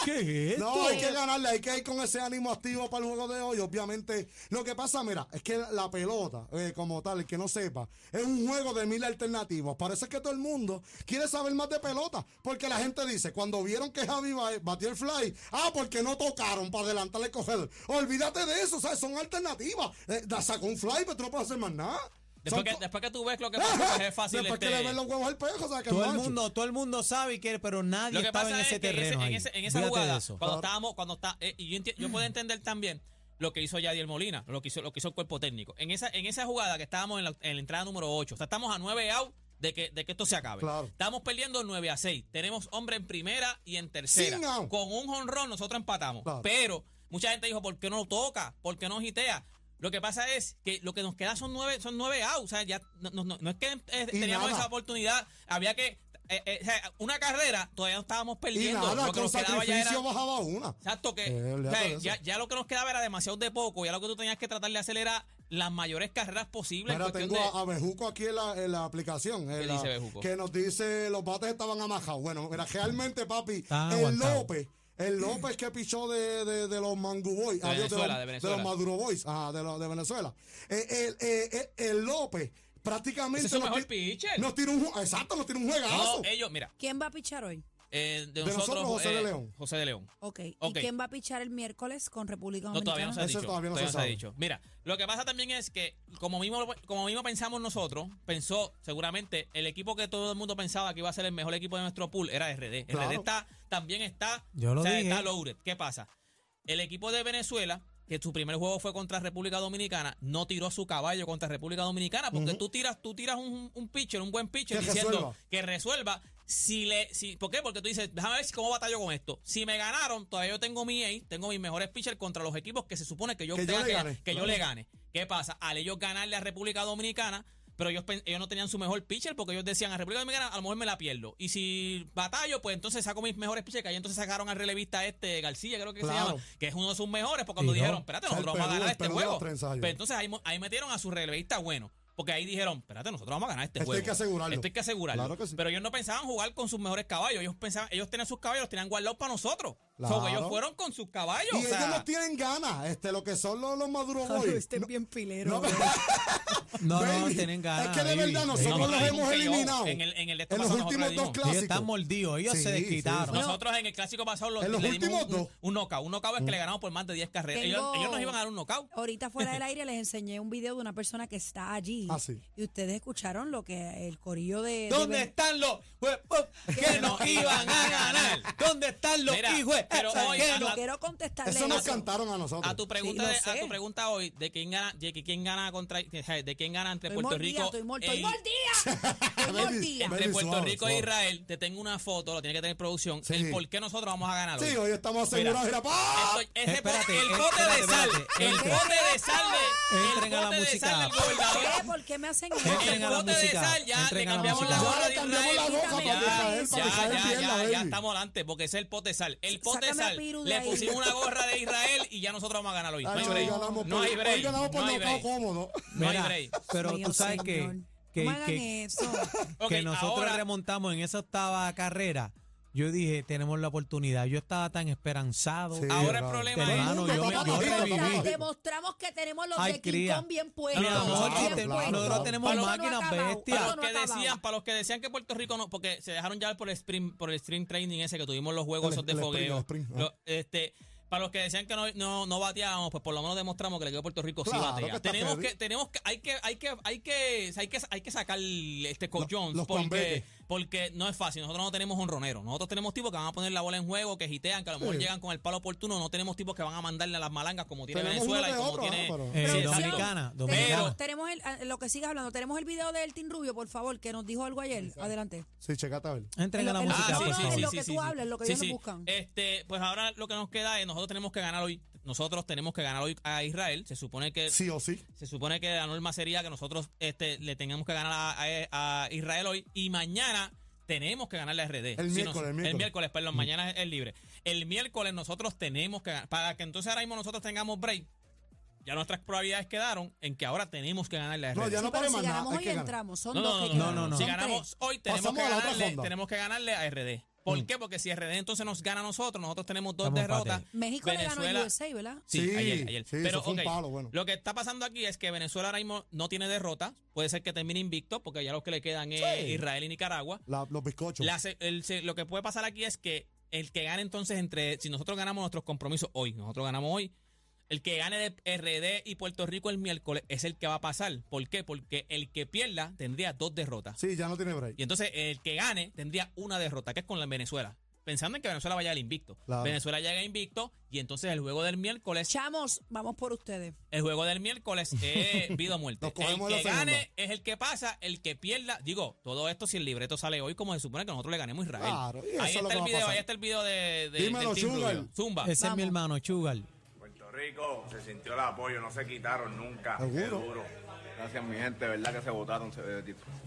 Speaker 2: ¿Qué es
Speaker 5: No, hay que ganarle, hay que ir con ese ánimo activo para el juego de hoy. Obviamente, lo que pasa, mira, es que la pelota, eh, como tal, el que no sepa, es un juego de mil alternativas. Parece que todo el mundo quiere saber más de pelota, porque la gente dice, cuando vieron que Javi Baez batió el fly, ah, porque no tocaron para adelantarle el coger. Olvídate de eso, ¿sabes? Son alternativas. Eh, da- sacó un fly, pero tú no puedes hacer más nada.
Speaker 4: Después,
Speaker 5: Son
Speaker 4: que,
Speaker 5: co-
Speaker 4: después que tú ves lo que pasó, pues es fácil.
Speaker 5: Después que
Speaker 4: este,
Speaker 5: le ven los huevos al pejo, ¿sabes? Que
Speaker 2: Todo
Speaker 5: no
Speaker 2: el
Speaker 5: ha hecho.
Speaker 2: mundo, todo el mundo sabe que, pero nadie
Speaker 4: Lo que
Speaker 2: estaba
Speaker 4: pasa
Speaker 2: en ese
Speaker 4: es que en
Speaker 2: terreno.
Speaker 4: ese- en,
Speaker 2: ahí.
Speaker 4: ese- en esa
Speaker 2: Fíjate de
Speaker 4: jugada,
Speaker 2: eso.
Speaker 4: cuando
Speaker 5: Claro.
Speaker 4: estábamos, cuando está, eh, y yo, enti- yo puedo entender también lo que hizo Yadier Molina, lo que hizo, lo que hizo el cuerpo técnico. En esa, en esa jugada que estábamos en la, en la entrada número 8, o sea, estamos a 9 out de que, de que esto se acabe.
Speaker 5: Claro.
Speaker 4: Estamos perdiendo 9 a 6. Tenemos hombre en primera y en tercera.
Speaker 5: Sin out.
Speaker 4: Con un honrón nosotros empatamos.
Speaker 5: Claro.
Speaker 4: Pero mucha gente dijo, ¿por qué no toca? ¿Por qué no hitea? Lo que pasa es que lo que nos queda son nueve, son nueve out. O sea, ya no, no- no- no es que eh,
Speaker 5: Y
Speaker 4: teníamos
Speaker 5: nada.
Speaker 4: esa oportunidad. Había que. eh, eh, o sea, una carrera, todavía no estábamos perdiendo
Speaker 5: Y
Speaker 4: perdiendo.
Speaker 5: nada,
Speaker 4: Lo que
Speaker 5: con
Speaker 4: nos quedaba ya era-
Speaker 5: sacrificio bajaba una.
Speaker 4: Exacto, que
Speaker 5: Eh,
Speaker 4: o sea,
Speaker 5: olvídate de eso.
Speaker 4: ya, ya lo que nos quedaba era demasiado de poco. Ya lo que tú tenías que tratar de hacer era las mayores carreras posibles. en
Speaker 5: Mira,
Speaker 4: cuestión
Speaker 5: tengo
Speaker 4: de-
Speaker 5: a, a Bejuco aquí en la, en la aplicación. en
Speaker 4: ¿Qué
Speaker 5: la-
Speaker 4: dice Bejuco?
Speaker 5: Que nos dice los bates estaban amajados. Bueno, mira, realmente, papi,
Speaker 2: Estaban
Speaker 5: el
Speaker 2: aguantados.
Speaker 5: López, el López que pichó de, de- de los Mangu Boys,
Speaker 4: De
Speaker 5: adiós,
Speaker 4: Venezuela,
Speaker 5: los-
Speaker 4: de
Speaker 5: los,
Speaker 4: Venezuela.
Speaker 5: Maduro Boys, ajá, de, los- de Venezuela. Eh, el, eh, eh, el López prácticamente
Speaker 4: Ese es su
Speaker 5: nos
Speaker 4: mejor
Speaker 5: ti-
Speaker 4: pitcher.
Speaker 5: nos tiró un ju- exacto, nos tiró un juegazo.
Speaker 4: No, ellos, mira,
Speaker 3: ¿Quién va a pichar hoy?
Speaker 4: eh, de,
Speaker 5: nosotros,
Speaker 4: nosotros,
Speaker 5: José de
Speaker 4: eh,
Speaker 5: León.
Speaker 4: José de León.
Speaker 3: Ok. ¿Y
Speaker 4: Ok.
Speaker 3: quién va a pichar el miércoles con República
Speaker 4: No, todavía
Speaker 3: Dominicana?
Speaker 4: no se ha
Speaker 5: Eso
Speaker 4: dicho.
Speaker 5: todavía no se
Speaker 4: ha
Speaker 5: sabe.
Speaker 4: dicho. Mira, lo que pasa también es que, como mismo, como mismo pensamos nosotros, pensó seguramente el equipo que todo el mundo pensaba que iba a ser el mejor equipo de nuestro pool era RD.
Speaker 5: Claro.
Speaker 4: RD está, también está,
Speaker 2: Yo lo
Speaker 4: o sea,
Speaker 2: dije.
Speaker 4: está loaded. ¿Qué pasa? El equipo de Venezuela que su primer juego fue contra República Dominicana, no tiró su caballo contra República Dominicana, porque tú tiras, tú tiras un, un pitcher, un buen pitcher,
Speaker 5: Que
Speaker 4: diciendo
Speaker 5: resuelva.
Speaker 4: que resuelva. Si le, si, ¿Por qué? Porque tú dices, déjame ver si cómo batallo con esto. Si me ganaron, todavía yo tengo mi ace, tengo mis mejores pitchers contra los equipos que se supone que yo,
Speaker 5: Que yo
Speaker 4: tenga
Speaker 5: le
Speaker 4: que,
Speaker 5: gane.
Speaker 4: que yo le gane. ¿Qué pasa? Al ellos ganarle a República Dominicana, pero ellos, pen- ellos no tenían su mejor pitcher porque ellos decían, a República Dominicana a lo mejor me la pierdo. Y si batallo, pues entonces saco mis mejores pitchers, que ahí entonces sacaron al relevista este, García, creo que
Speaker 5: Claro.
Speaker 4: se llama, que es uno de sus mejores, porque cuando
Speaker 2: Sí,
Speaker 4: dijeron,
Speaker 2: ¿no?
Speaker 4: espérate,
Speaker 5: O sea, el
Speaker 4: nosotros vamos a
Speaker 5: Perú,
Speaker 4: ganar
Speaker 5: el
Speaker 4: este
Speaker 5: Perú de los
Speaker 4: juego.
Speaker 5: trenza ayer.
Speaker 4: Pero entonces ahí, mo- ahí metieron a su relevista bueno. Porque ahí dijeron, espérate, nosotros vamos a ganar este
Speaker 5: Esto
Speaker 4: juego.
Speaker 5: hay que asegurarlo.
Speaker 4: Esto hay que asegurarlo.
Speaker 5: Claro que sí.
Speaker 4: Pero ellos no pensaban jugar con sus mejores caballos. Ellos pensaban, ellos tenían sus caballos, los tenían guardados para nosotros. O sea, que
Speaker 5: Claro.
Speaker 4: ellos fueron con sus caballos.
Speaker 5: Y
Speaker 4: o sea,
Speaker 5: ellos no tienen ganas, este, lo que son los, los Maduro
Speaker 3: Claro,
Speaker 5: Boys.
Speaker 3: este es bien pilero.
Speaker 5: No,
Speaker 2: No, no,
Speaker 5: baby,
Speaker 2: tienen ganas.
Speaker 5: Es que de
Speaker 2: baby.
Speaker 5: verdad
Speaker 2: Ellos-
Speaker 5: nosotros los
Speaker 4: le dimos
Speaker 5: hemos
Speaker 4: un KO.
Speaker 5: eliminado.
Speaker 4: En el- en el de estos
Speaker 5: los
Speaker 4: pasados nosotros
Speaker 5: últimos
Speaker 4: le
Speaker 5: dos
Speaker 4: dimos.
Speaker 2: ellos están
Speaker 5: clásicos.
Speaker 2: mordidos, ellos
Speaker 5: Sí,
Speaker 2: se
Speaker 5: sí,
Speaker 2: desquitaron.
Speaker 5: sí.
Speaker 4: Nosotros en el clásico pasado los,
Speaker 5: En los
Speaker 4: le dimos
Speaker 5: últimos
Speaker 4: un, un-
Speaker 5: dos.
Speaker 4: un knockout. Un knockout es que le ganamos por más de 10 carreras. Ellos,
Speaker 3: Tengo-
Speaker 4: ellos nos iban a dar un knockout.
Speaker 3: Ahorita fuera del aire les enseñé un video de una persona que está allí.
Speaker 5: Ah, sí.
Speaker 3: Y ustedes escucharon lo que el corillo de...
Speaker 2: ¿Dónde
Speaker 3: de-
Speaker 2: están los huevos que nos iban a ganar? ¿Dónde están los
Speaker 4: Mira,
Speaker 2: hijos?
Speaker 4: pero hoy-
Speaker 2: que
Speaker 3: Lo
Speaker 2: nos-
Speaker 3: quiero contestarle
Speaker 5: Eso nos
Speaker 3: eso.
Speaker 5: cantaron a nosotros.
Speaker 4: A tu pregunta,
Speaker 3: lo
Speaker 4: de-
Speaker 3: sé.
Speaker 4: a tu pregunta hoy de quién gana, de que quién gana contra, de quién gana entre
Speaker 3: Estoy
Speaker 4: Puerto
Speaker 3: mordida,
Speaker 4: Rico.
Speaker 3: Estoy mordida,
Speaker 4: e-
Speaker 3: estoy mordida. Estoy
Speaker 5: Baby,
Speaker 3: mordida.
Speaker 5: baby.
Speaker 4: entre Puerto
Speaker 5: suave,
Speaker 4: Rico
Speaker 5: suave.
Speaker 4: e Israel, te tengo una foto, la tiene que tener producción.
Speaker 5: Sí.
Speaker 4: El por qué nosotros vamos a ganar.
Speaker 5: Sí, hoy estamos asegurados. Mira, ¡pah!
Speaker 4: Esto- ese
Speaker 2: Espérate,
Speaker 4: bote- el
Speaker 2: eh,
Speaker 4: bote de
Speaker 2: espérate,
Speaker 4: sal,
Speaker 2: espérate.
Speaker 4: el
Speaker 2: Entren.
Speaker 4: bote de sal de, el
Speaker 2: Entren a la
Speaker 4: bote de
Speaker 2: música.
Speaker 4: sal del
Speaker 3: ¿Por
Speaker 4: gobernador.
Speaker 3: qué? ¿Por qué me hacen eso?
Speaker 2: Entren a la
Speaker 4: El bote de
Speaker 2: música.
Speaker 4: sal, ya le
Speaker 2: Entren a la
Speaker 4: cambiamos la
Speaker 2: música.
Speaker 4: gorra de
Speaker 5: Ya le cambiamos
Speaker 4: Israel.
Speaker 5: la gorra
Speaker 4: Ya,
Speaker 3: para Israel,
Speaker 4: ya,
Speaker 3: para que
Speaker 4: ya,
Speaker 3: Israel
Speaker 4: ya,
Speaker 5: pierda,
Speaker 4: ya,
Speaker 5: baby.
Speaker 4: ya estamos adelante, porque es el pote de sal. El pote de
Speaker 3: Sácame a
Speaker 4: sal,
Speaker 3: Piru de
Speaker 4: le
Speaker 3: ahí.
Speaker 4: pusimos una gorra de Israel y ya nosotros vamos a ganar hoy. No
Speaker 5: Ay,
Speaker 4: hay
Speaker 5: hoy
Speaker 4: break.
Speaker 5: ganamos por-
Speaker 4: No hay break.
Speaker 5: Hoy ganamos por
Speaker 4: No hay break.
Speaker 5: nocaut cómodo.
Speaker 4: No hay
Speaker 2: Mira,
Speaker 4: break.
Speaker 2: pero
Speaker 3: Mío,
Speaker 2: tú sabes que,
Speaker 3: señor.
Speaker 2: que,
Speaker 3: no hagan
Speaker 2: que-
Speaker 3: eso.
Speaker 4: Ok,
Speaker 2: que nosotros
Speaker 4: ahora-
Speaker 2: remontamos en esa octava carrera. Yo dije, tenemos la oportunidad. Yo estaba tan esperanzado.
Speaker 5: Sí,
Speaker 4: Ahora el
Speaker 5: bravo.
Speaker 4: problema es-
Speaker 2: Hermano, Ah, yo, me- yo
Speaker 5: Demostramos-
Speaker 2: reviví.
Speaker 3: Demostramos que tenemos los
Speaker 2: Ay,
Speaker 3: de King
Speaker 2: cría.
Speaker 3: Kong bien puestos.
Speaker 2: Mi
Speaker 4: No, no,
Speaker 2: amor,
Speaker 5: claro,
Speaker 2: que
Speaker 3: bien
Speaker 2: te-
Speaker 5: claro,
Speaker 2: nosotros
Speaker 5: claro.
Speaker 2: tenemos
Speaker 4: Para-
Speaker 2: máquinas
Speaker 3: para- para-
Speaker 2: bestias.
Speaker 4: Para
Speaker 3: Esto
Speaker 4: los
Speaker 3: no
Speaker 4: que
Speaker 3: acababa.
Speaker 4: decían, para los que decían que Puerto Rico no, porque se dejaron llevar por el sprint, por el sprint training ese que tuvimos los juegos
Speaker 5: El-
Speaker 4: esos de
Speaker 5: el sprint,
Speaker 4: fogueo.
Speaker 5: el sprint, ah.
Speaker 4: Lo- este, para los que decían que no, no, no bateábamos, pues por lo menos demostramos que el equipo de Puerto Rico sí
Speaker 5: Claro,
Speaker 4: batea.
Speaker 5: que está
Speaker 4: tenemos
Speaker 5: ready.
Speaker 4: que, tenemos que, hay que, hay que, hay que, hay que, hay que sacar este Coach
Speaker 5: Los-
Speaker 4: Jones
Speaker 5: los
Speaker 4: porque,
Speaker 5: cambeques.
Speaker 4: porque no es fácil. Nosotros no tenemos honroneros. Nosotros tenemos tipos que van a poner la bola en juego, que gitean, que a lo mejor
Speaker 5: Sí.
Speaker 4: llegan con el palo oportuno. No tenemos tipos que van a mandarle a las malangas como tiene
Speaker 5: Tenemos
Speaker 4: Venezuela y
Speaker 5: uno que
Speaker 4: como
Speaker 5: otro,
Speaker 4: tiene.
Speaker 5: ah, pero-
Speaker 2: Eh,
Speaker 4: Sí, exacto.
Speaker 2: dominicana,
Speaker 4: Pero-
Speaker 2: dominicana.
Speaker 3: Tenemos el, ah, lo que sigas hablando. Tenemos el video del Team Rubio, por favor, que nos dijo algo ayer. Adelante.
Speaker 5: Sí, checate a ver.
Speaker 2: Entren a la
Speaker 3: en lo-
Speaker 4: Ah,
Speaker 2: música,
Speaker 3: no,
Speaker 2: por
Speaker 3: no, en
Speaker 2: favor.
Speaker 3: lo que tú hablas, lo que ellos nos buscan.
Speaker 4: Este, pues ahora lo que nos queda es nosotros tenemos que ganar hoy. Nosotros tenemos que ganar hoy a Israel. Se supone que
Speaker 5: Sí o sí.
Speaker 4: se supone que la norma sería que nosotros este, le tengamos que ganar a, a- a Israel hoy y mañana tenemos que ganarle a RD.
Speaker 5: El miércoles, el miércoles.
Speaker 4: perdón, mañana es, es libre. El miércoles nosotros tenemos que ganar. Para que entonces ahora mismo nosotros tengamos break, ya nuestras probabilidades quedaron en que ahora tenemos que ganarle a RD.
Speaker 5: No, ya no
Speaker 3: Sí, pero
Speaker 5: podemos
Speaker 3: si
Speaker 5: más nada.
Speaker 3: ganamos
Speaker 5: hay
Speaker 3: hoy
Speaker 5: que ganar.
Speaker 3: entramos. Son
Speaker 4: No,
Speaker 3: dos
Speaker 4: no,
Speaker 3: que
Speaker 4: no,
Speaker 3: quedan.
Speaker 2: no, no, no.
Speaker 4: Si
Speaker 3: Son
Speaker 4: ganamos
Speaker 3: tres.
Speaker 4: hoy, tenemos que,
Speaker 5: Pasamos a la otra
Speaker 4: ganarle,
Speaker 5: ronda.
Speaker 4: tenemos que ganarle a RD. ¿Por
Speaker 3: Mm.
Speaker 4: qué? Porque si RD entonces nos gana a nosotros, nosotros tenemos dos
Speaker 2: Estamos
Speaker 4: derrotas.
Speaker 2: empate
Speaker 3: México le ganó a USA, ¿verdad?
Speaker 4: Sí,
Speaker 5: Sí,
Speaker 4: ayer, ayer.
Speaker 5: sí,
Speaker 4: Pero,
Speaker 5: eso fue un
Speaker 4: ok,
Speaker 5: palo, bueno.
Speaker 4: Lo que está pasando aquí es que Venezuela ahora mismo no tiene derrota. Puede ser que termine invicto, porque ya los que le quedan es
Speaker 5: Sí.
Speaker 4: Israel y Nicaragua.
Speaker 5: La- los bizcochos.
Speaker 4: La se- el se- lo que puede pasar aquí es que el que gane entonces entre, si nosotros ganamos nuestros compromisos hoy, nosotros ganamos hoy, el que gane de RD y Puerto Rico el miércoles es el que va a pasar. ¿Por qué? Porque el que pierda tendría dos derrotas.
Speaker 5: Sí, ya no tiene break.
Speaker 4: Y entonces el que gane tendría una derrota, que es con la Venezuela. Pensando en que Venezuela vaya al invicto.
Speaker 5: Claro.
Speaker 4: Venezuela llega invicto y entonces el juego del miércoles
Speaker 3: Chamos, vamos por ustedes.
Speaker 4: el juego del miércoles es vida o muerte.
Speaker 5: Nos cogemos
Speaker 4: el que
Speaker 5: la segunda.
Speaker 4: gane es el que pasa, el que pierda. Digo, todo esto si el libreto sale hoy, como se supone que nosotros le ganemos a Israel.
Speaker 5: Claro, y eso
Speaker 4: ahí
Speaker 5: es
Speaker 4: está
Speaker 5: lo que
Speaker 4: el
Speaker 5: va a
Speaker 4: video,
Speaker 5: pasar.
Speaker 4: ahí está el video de, de
Speaker 5: Dímelo,
Speaker 4: del Team
Speaker 5: Sugar.
Speaker 4: Rubio. Zumba.
Speaker 2: Ese es mi
Speaker 3: Vamos.
Speaker 2: hermano, Chugal.
Speaker 6: Puerto Rico se sintió el apoyo, no se quitaron nunca.
Speaker 5: Seguro.
Speaker 6: Qué duro. Gracias mi gente, verdad que se votaron,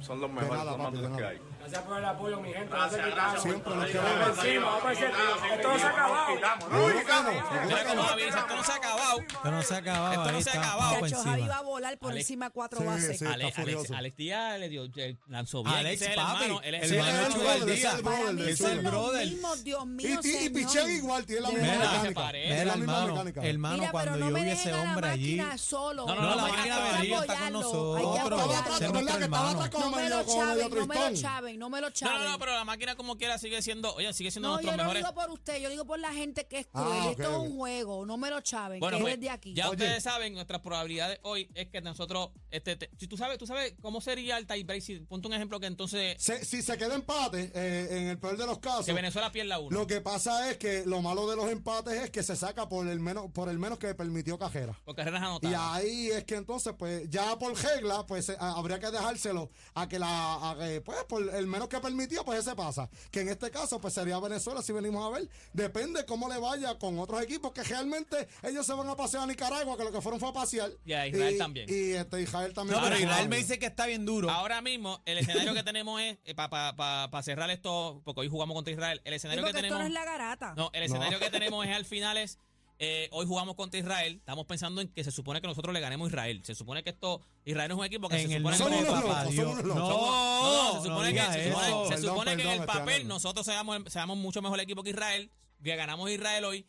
Speaker 6: son los mejores,
Speaker 5: nada,
Speaker 6: son
Speaker 5: papi,
Speaker 6: los
Speaker 5: de
Speaker 6: más duros que
Speaker 5: nada.
Speaker 6: hay.
Speaker 7: Gracias por el apoyo, mi gente. No se quitaron.
Speaker 5: Siempre nos
Speaker 7: Vamos
Speaker 5: quedamos.
Speaker 7: encima, vamos a decir, Esto no se ha acabado.
Speaker 5: Seguro que no, seguro
Speaker 4: Mira
Speaker 5: que
Speaker 4: cómo
Speaker 5: no.
Speaker 4: avisa, esto no se ha acabado.
Speaker 2: Esto no se ha acabado.
Speaker 4: Esto no
Speaker 2: ahí
Speaker 4: se ha
Speaker 2: está,
Speaker 4: acabado.
Speaker 2: vamos
Speaker 3: Chacho, Javi
Speaker 2: encima.
Speaker 3: va a volar por
Speaker 4: Ale-
Speaker 3: encima de cuatro
Speaker 5: Sí,
Speaker 3: bases.
Speaker 5: sí.
Speaker 4: Ale-
Speaker 5: está
Speaker 4: Alex,
Speaker 5: furioso.
Speaker 4: Alex Díaz le dio, le lanzó bien.
Speaker 2: Alex,
Speaker 4: Ese es el
Speaker 2: papi,
Speaker 4: hermano. él es
Speaker 2: el
Speaker 4: el
Speaker 2: hermano de
Speaker 4: hermano de
Speaker 2: Chugal
Speaker 4: Chugal
Speaker 2: Díaz.
Speaker 4: Díaz.
Speaker 3: Para
Speaker 5: brother,
Speaker 3: mí
Speaker 5: el
Speaker 3: son
Speaker 5: brother.
Speaker 3: los
Speaker 2: brother.
Speaker 3: mismos, Dios
Speaker 5: Y,
Speaker 3: mío,
Speaker 5: ti- y
Speaker 3: señor.
Speaker 5: Pichén igual, tiene la misma
Speaker 2: Mira,
Speaker 5: mecánica.
Speaker 4: parece.
Speaker 5: Tiene
Speaker 2: Mira,
Speaker 5: la misma
Speaker 2: hermano,
Speaker 5: mecánica.
Speaker 2: hermano,
Speaker 3: Mira, pero
Speaker 2: cuando
Speaker 3: no
Speaker 2: yo
Speaker 3: me
Speaker 2: vi
Speaker 3: dejen
Speaker 2: ese
Speaker 3: a la
Speaker 2: hombre allí.
Speaker 3: máquina solo.
Speaker 4: No, no,
Speaker 2: No,
Speaker 4: no,
Speaker 2: la
Speaker 4: mañana
Speaker 2: máquina
Speaker 4: te
Speaker 2: de
Speaker 4: va a
Speaker 2: Río está con
Speaker 3: apoyar, hay que
Speaker 2: nosotros.
Speaker 3: apoyarlo.
Speaker 5: atrás,
Speaker 2: ese es
Speaker 5: ¿verdad?
Speaker 2: nuestro
Speaker 5: Que estaba
Speaker 2: hermano.
Speaker 5: atrás con-
Speaker 3: No me lo
Speaker 5: Como medio- como
Speaker 3: chaven, no
Speaker 5: medio
Speaker 3: me lo
Speaker 5: tristón.
Speaker 3: chaven, no me lo
Speaker 4: No,
Speaker 3: chaven.
Speaker 4: no, no, pero la máquina como quiera sigue siendo, oye, sigue siendo
Speaker 3: No,
Speaker 4: nuestros
Speaker 3: yo no
Speaker 4: mejores.
Speaker 3: digo por usted, yo digo por la gente que es
Speaker 5: Ah,
Speaker 3: cruel.
Speaker 5: ok,
Speaker 3: Esto
Speaker 5: ok.
Speaker 3: es un juego, no me lo chaven,
Speaker 4: Bueno,
Speaker 3: que
Speaker 4: pues,
Speaker 3: es de aquí.
Speaker 4: ya
Speaker 5: Oye.
Speaker 4: ustedes saben, nuestras probabilidades hoy es que nosotros, este, te- si tú sabes, tú sabes cómo sería el tiebreak, si, ponte un ejemplo que entonces,
Speaker 5: Se- si se queda empate, eh, en el peor de los casos,
Speaker 4: que Venezuela pierda uno.
Speaker 5: lo que pasa es que lo malo de los empates es que se saca por el menos, por el menos que permitió Cajera.
Speaker 4: Por carreras
Speaker 5: Y
Speaker 4: anotadas.
Speaker 5: ahí es que entonces, pues, ya por regla, pues eh, habría que dejárselo a que la, a que, pues, por el menos que permitió, pues ese pasa. Que en este caso, pues sería Venezuela, si venimos a ver. Depende cómo le vaya con otros equipos, que realmente ellos se van a pasear a Nicaragua, que lo que fueron fue a pasear.
Speaker 4: Y a Israel también.
Speaker 5: Y este, Israel también.
Speaker 2: No, pero
Speaker 5: Pero
Speaker 2: Israel me dice que está bien duro.
Speaker 4: Ahora mismo, el escenario que tenemos es, eh, para cerrar esto, porque hoy jugamos contra Israel, el
Speaker 3: Digo
Speaker 4: escenario que
Speaker 3: que esto
Speaker 4: tenemos...
Speaker 3: no es la garata.
Speaker 4: No, el escenario
Speaker 5: No.
Speaker 4: que tenemos es al final es, eh, hoy jugamos contra Israel, estamos pensando en que se supone que nosotros le ganemos a Israel. Se supone que esto, Israel es un equipo que
Speaker 2: en
Speaker 4: se
Speaker 2: el
Speaker 4: supone que...
Speaker 5: Son
Speaker 2: nombre de
Speaker 5: unos
Speaker 2: papá
Speaker 5: locos,
Speaker 2: Dios.
Speaker 5: son unos
Speaker 2: No,
Speaker 5: locos.
Speaker 4: No,
Speaker 5: Oh,
Speaker 2: no,
Speaker 4: se supone que,
Speaker 2: diga
Speaker 4: se supone-
Speaker 2: eso.
Speaker 4: se
Speaker 5: Perdón,
Speaker 4: supone que en el
Speaker 5: perdón, estoy
Speaker 4: papel
Speaker 5: hablando.
Speaker 4: nosotros seamos, seamos mucho mejor equipo que Israel, que ganamos a Israel hoy.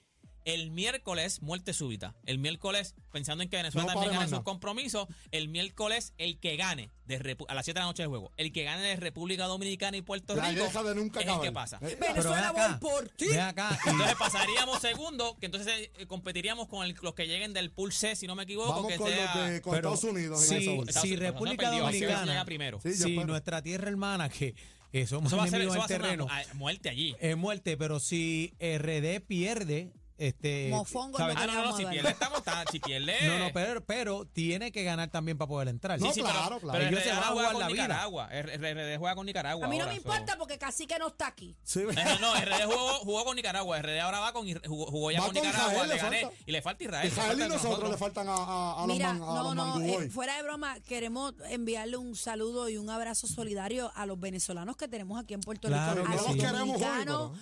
Speaker 4: El miércoles, muerte súbita. El miércoles, pensando en que Venezuela
Speaker 5: No
Speaker 4: también
Speaker 5: pare
Speaker 4: gane
Speaker 5: más
Speaker 4: sus
Speaker 5: nada.
Speaker 4: compromisos, el miércoles, el que gane de Repu- a las 7 de la noche del juego, el que gane de República Dominicana y Puerto
Speaker 5: La
Speaker 4: Rico,
Speaker 5: guerra de nunca
Speaker 4: es el que
Speaker 5: acabar.
Speaker 4: pasa.
Speaker 5: Eh,
Speaker 2: Pero ven
Speaker 3: Venezuela
Speaker 2: acá,
Speaker 3: voy por ti.
Speaker 2: ven acá. y-
Speaker 4: Entonces pasaríamos segundo, que entonces eh, competiríamos con el- los que lleguen del pool C, si no me equivoco.
Speaker 5: Vamos
Speaker 4: que
Speaker 5: con
Speaker 4: sea,
Speaker 5: los de con
Speaker 2: pero
Speaker 5: Estados Unidos.
Speaker 2: si-
Speaker 5: en esa bolsa.
Speaker 4: Estados
Speaker 2: si
Speaker 4: Unidos,
Speaker 2: República
Speaker 4: Estados Unidos perdió,
Speaker 2: Dominicana-
Speaker 4: llega primero.
Speaker 5: Sí, yo
Speaker 2: si
Speaker 5: espero.
Speaker 2: nuestra tierra hermana, que eh, somos
Speaker 4: Eso va a ser,
Speaker 2: enemigos
Speaker 4: eso
Speaker 2: en
Speaker 4: va a ser
Speaker 2: terreno,
Speaker 4: una- a- muerte allí.
Speaker 2: es eh, muerte, pero si RD pierde, este.
Speaker 3: Mofongo
Speaker 2: ¿sabes?
Speaker 4: Ah, no, no,
Speaker 3: vamos
Speaker 4: si
Speaker 3: a
Speaker 4: pierde
Speaker 3: darle.
Speaker 4: estamos, está- si pierde.
Speaker 2: No, no, pero, pero tiene que ganar también para poder entrar.
Speaker 5: No,
Speaker 2: Sí,
Speaker 4: Eh. Sí,
Speaker 2: sí,
Speaker 4: sí,
Speaker 5: claro,
Speaker 4: pero,
Speaker 5: claro.
Speaker 4: pero
Speaker 2: Ellos
Speaker 4: RD
Speaker 2: se van a
Speaker 4: juega
Speaker 2: jugar
Speaker 4: con
Speaker 2: la vida.
Speaker 4: Nicaragua. RD juega con Nicaragua.
Speaker 3: A mí no
Speaker 4: ahora,
Speaker 3: me
Speaker 4: so-
Speaker 3: importa porque casi que no está aquí.
Speaker 5: Sí,
Speaker 4: Eh, No, RD jugó, jugó con Nicaragua. RD ahora va con Isra- jugó, jugó ya
Speaker 5: Va
Speaker 4: con
Speaker 5: con
Speaker 4: Nicaragua.
Speaker 5: Israel,
Speaker 4: le
Speaker 5: le
Speaker 4: gané.
Speaker 5: falta.
Speaker 4: Y le falta Israel. le
Speaker 5: Israel
Speaker 4: falta
Speaker 5: y nosotros le faltan a, a, a los,
Speaker 3: Mira,
Speaker 5: man, a
Speaker 3: no,
Speaker 5: los
Speaker 3: no,
Speaker 5: manguboy.
Speaker 3: eh, fuera de broma, queremos enviarle un saludo y un abrazo solidario a los venezolanos que tenemos aquí en Puerto
Speaker 2: Claro
Speaker 3: Rico.
Speaker 2: que
Speaker 3: a
Speaker 2: sí.
Speaker 3: los
Speaker 5: Queremos hoy,
Speaker 3: dominicanos.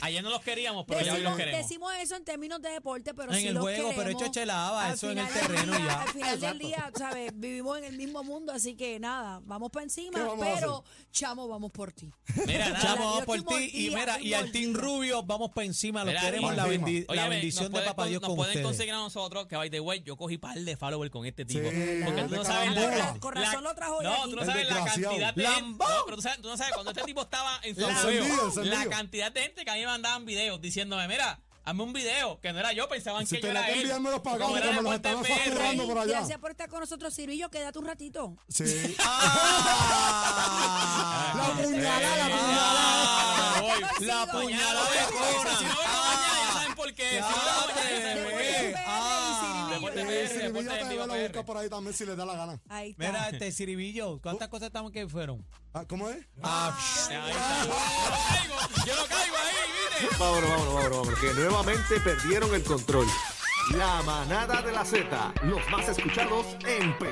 Speaker 4: Ayer no los queríamos, pero ya hoy
Speaker 3: Decimos,
Speaker 4: los queremos.
Speaker 3: decimos eso en términos de deporte, pero
Speaker 2: En
Speaker 3: sí
Speaker 2: el
Speaker 3: los
Speaker 2: juego, pero
Speaker 3: queremos.
Speaker 2: echo chelaba,
Speaker 3: Al
Speaker 2: eso en el
Speaker 3: final del
Speaker 2: terreno
Speaker 3: día-
Speaker 2: ya.
Speaker 3: Al final del
Speaker 5: Exacto.
Speaker 3: día, ¿sabes? Vivimos en el mismo mundo, así que nada, vamos para encima,
Speaker 5: ¿Qué vamos a
Speaker 3: pero chamo, vamos por ti.
Speaker 4: Mira, nada.
Speaker 2: Chamo, vamos
Speaker 3: Dios,
Speaker 2: por
Speaker 3: estoy
Speaker 2: ti y
Speaker 3: mordida,
Speaker 2: mira,
Speaker 3: estoy
Speaker 2: y al Team
Speaker 3: mordida.
Speaker 2: Rubio vamos para encima, lo
Speaker 4: Mira,
Speaker 2: queremos
Speaker 4: Rubio.
Speaker 2: la,
Speaker 5: Encima.
Speaker 2: bendi- la
Speaker 4: Óyeme,
Speaker 2: bendición
Speaker 4: nos
Speaker 2: de
Speaker 4: pueden
Speaker 2: papá
Speaker 4: con-
Speaker 2: Dios
Speaker 4: Nos
Speaker 2: con
Speaker 4: pueden
Speaker 2: ustedes.
Speaker 4: conseguir a nosotros, que by the way, yo cogí par de followers con este tipo.
Speaker 5: Sí,
Speaker 4: porque tú
Speaker 5: de
Speaker 4: no sabes la,
Speaker 5: carambola.
Speaker 3: Con razón lo trajo hoy
Speaker 4: No,
Speaker 3: aquí.
Speaker 4: tú no
Speaker 5: El
Speaker 4: sabes la
Speaker 5: desgraciado.
Speaker 4: cantidad de
Speaker 2: Lambón.
Speaker 4: No, pero tú, sabes, tú no sabes, cuando este tipo estaba en San
Speaker 5: Encendido,
Speaker 4: Juan,
Speaker 5: encendido.
Speaker 4: la cantidad de gente que a mí me mandaban videos diciéndome, mira, hazme un video, que no era yo, pensaban
Speaker 5: Si
Speaker 4: que yo
Speaker 5: tenía
Speaker 4: era
Speaker 5: que
Speaker 4: él.
Speaker 5: enviármelos para acá,
Speaker 4: Como era
Speaker 5: porque me los
Speaker 4: Deporte
Speaker 5: estaban
Speaker 4: PR.
Speaker 5: facturando. Ando por allá.
Speaker 3: Gracias por estar con nosotros, Cirillo, quédate un ratito.
Speaker 5: Sí.
Speaker 4: Ah.
Speaker 2: Ah,
Speaker 4: Eh,
Speaker 5: la puñalada, la puñalada.
Speaker 4: Ah, voy.
Speaker 3: Te
Speaker 2: la
Speaker 3: consigo.
Speaker 2: puñalada de Cora.
Speaker 4: Si no vengo mañana, ya saben por qué. Si no vengo
Speaker 2: Ah,
Speaker 4: mañana, ya saben por
Speaker 2: eh, ah,
Speaker 3: Deporte PR, Cirillo,
Speaker 4: qué. Deporte
Speaker 3: ya.
Speaker 4: PR.
Speaker 5: Eh, Si mi
Speaker 4: Deporte
Speaker 5: ya te
Speaker 4: Viva
Speaker 5: ve, lo
Speaker 4: PR.
Speaker 5: busca por ahí también si le da la gana.
Speaker 3: Ahí está.
Speaker 4: Ah.
Speaker 2: Mira, este Ciribillo, ¿cuántas cosas estamos que fueron?
Speaker 5: Ah, ¿Cómo es?
Speaker 2: Ah,
Speaker 4: Ahí está. Yo no caigo, Yo no caigo ahí, ¿viste?
Speaker 1: Vámonos, vámonos, vámonos, vámonos, que nuevamente perdieron el control. La manada de la Z, los más escuchados en PR.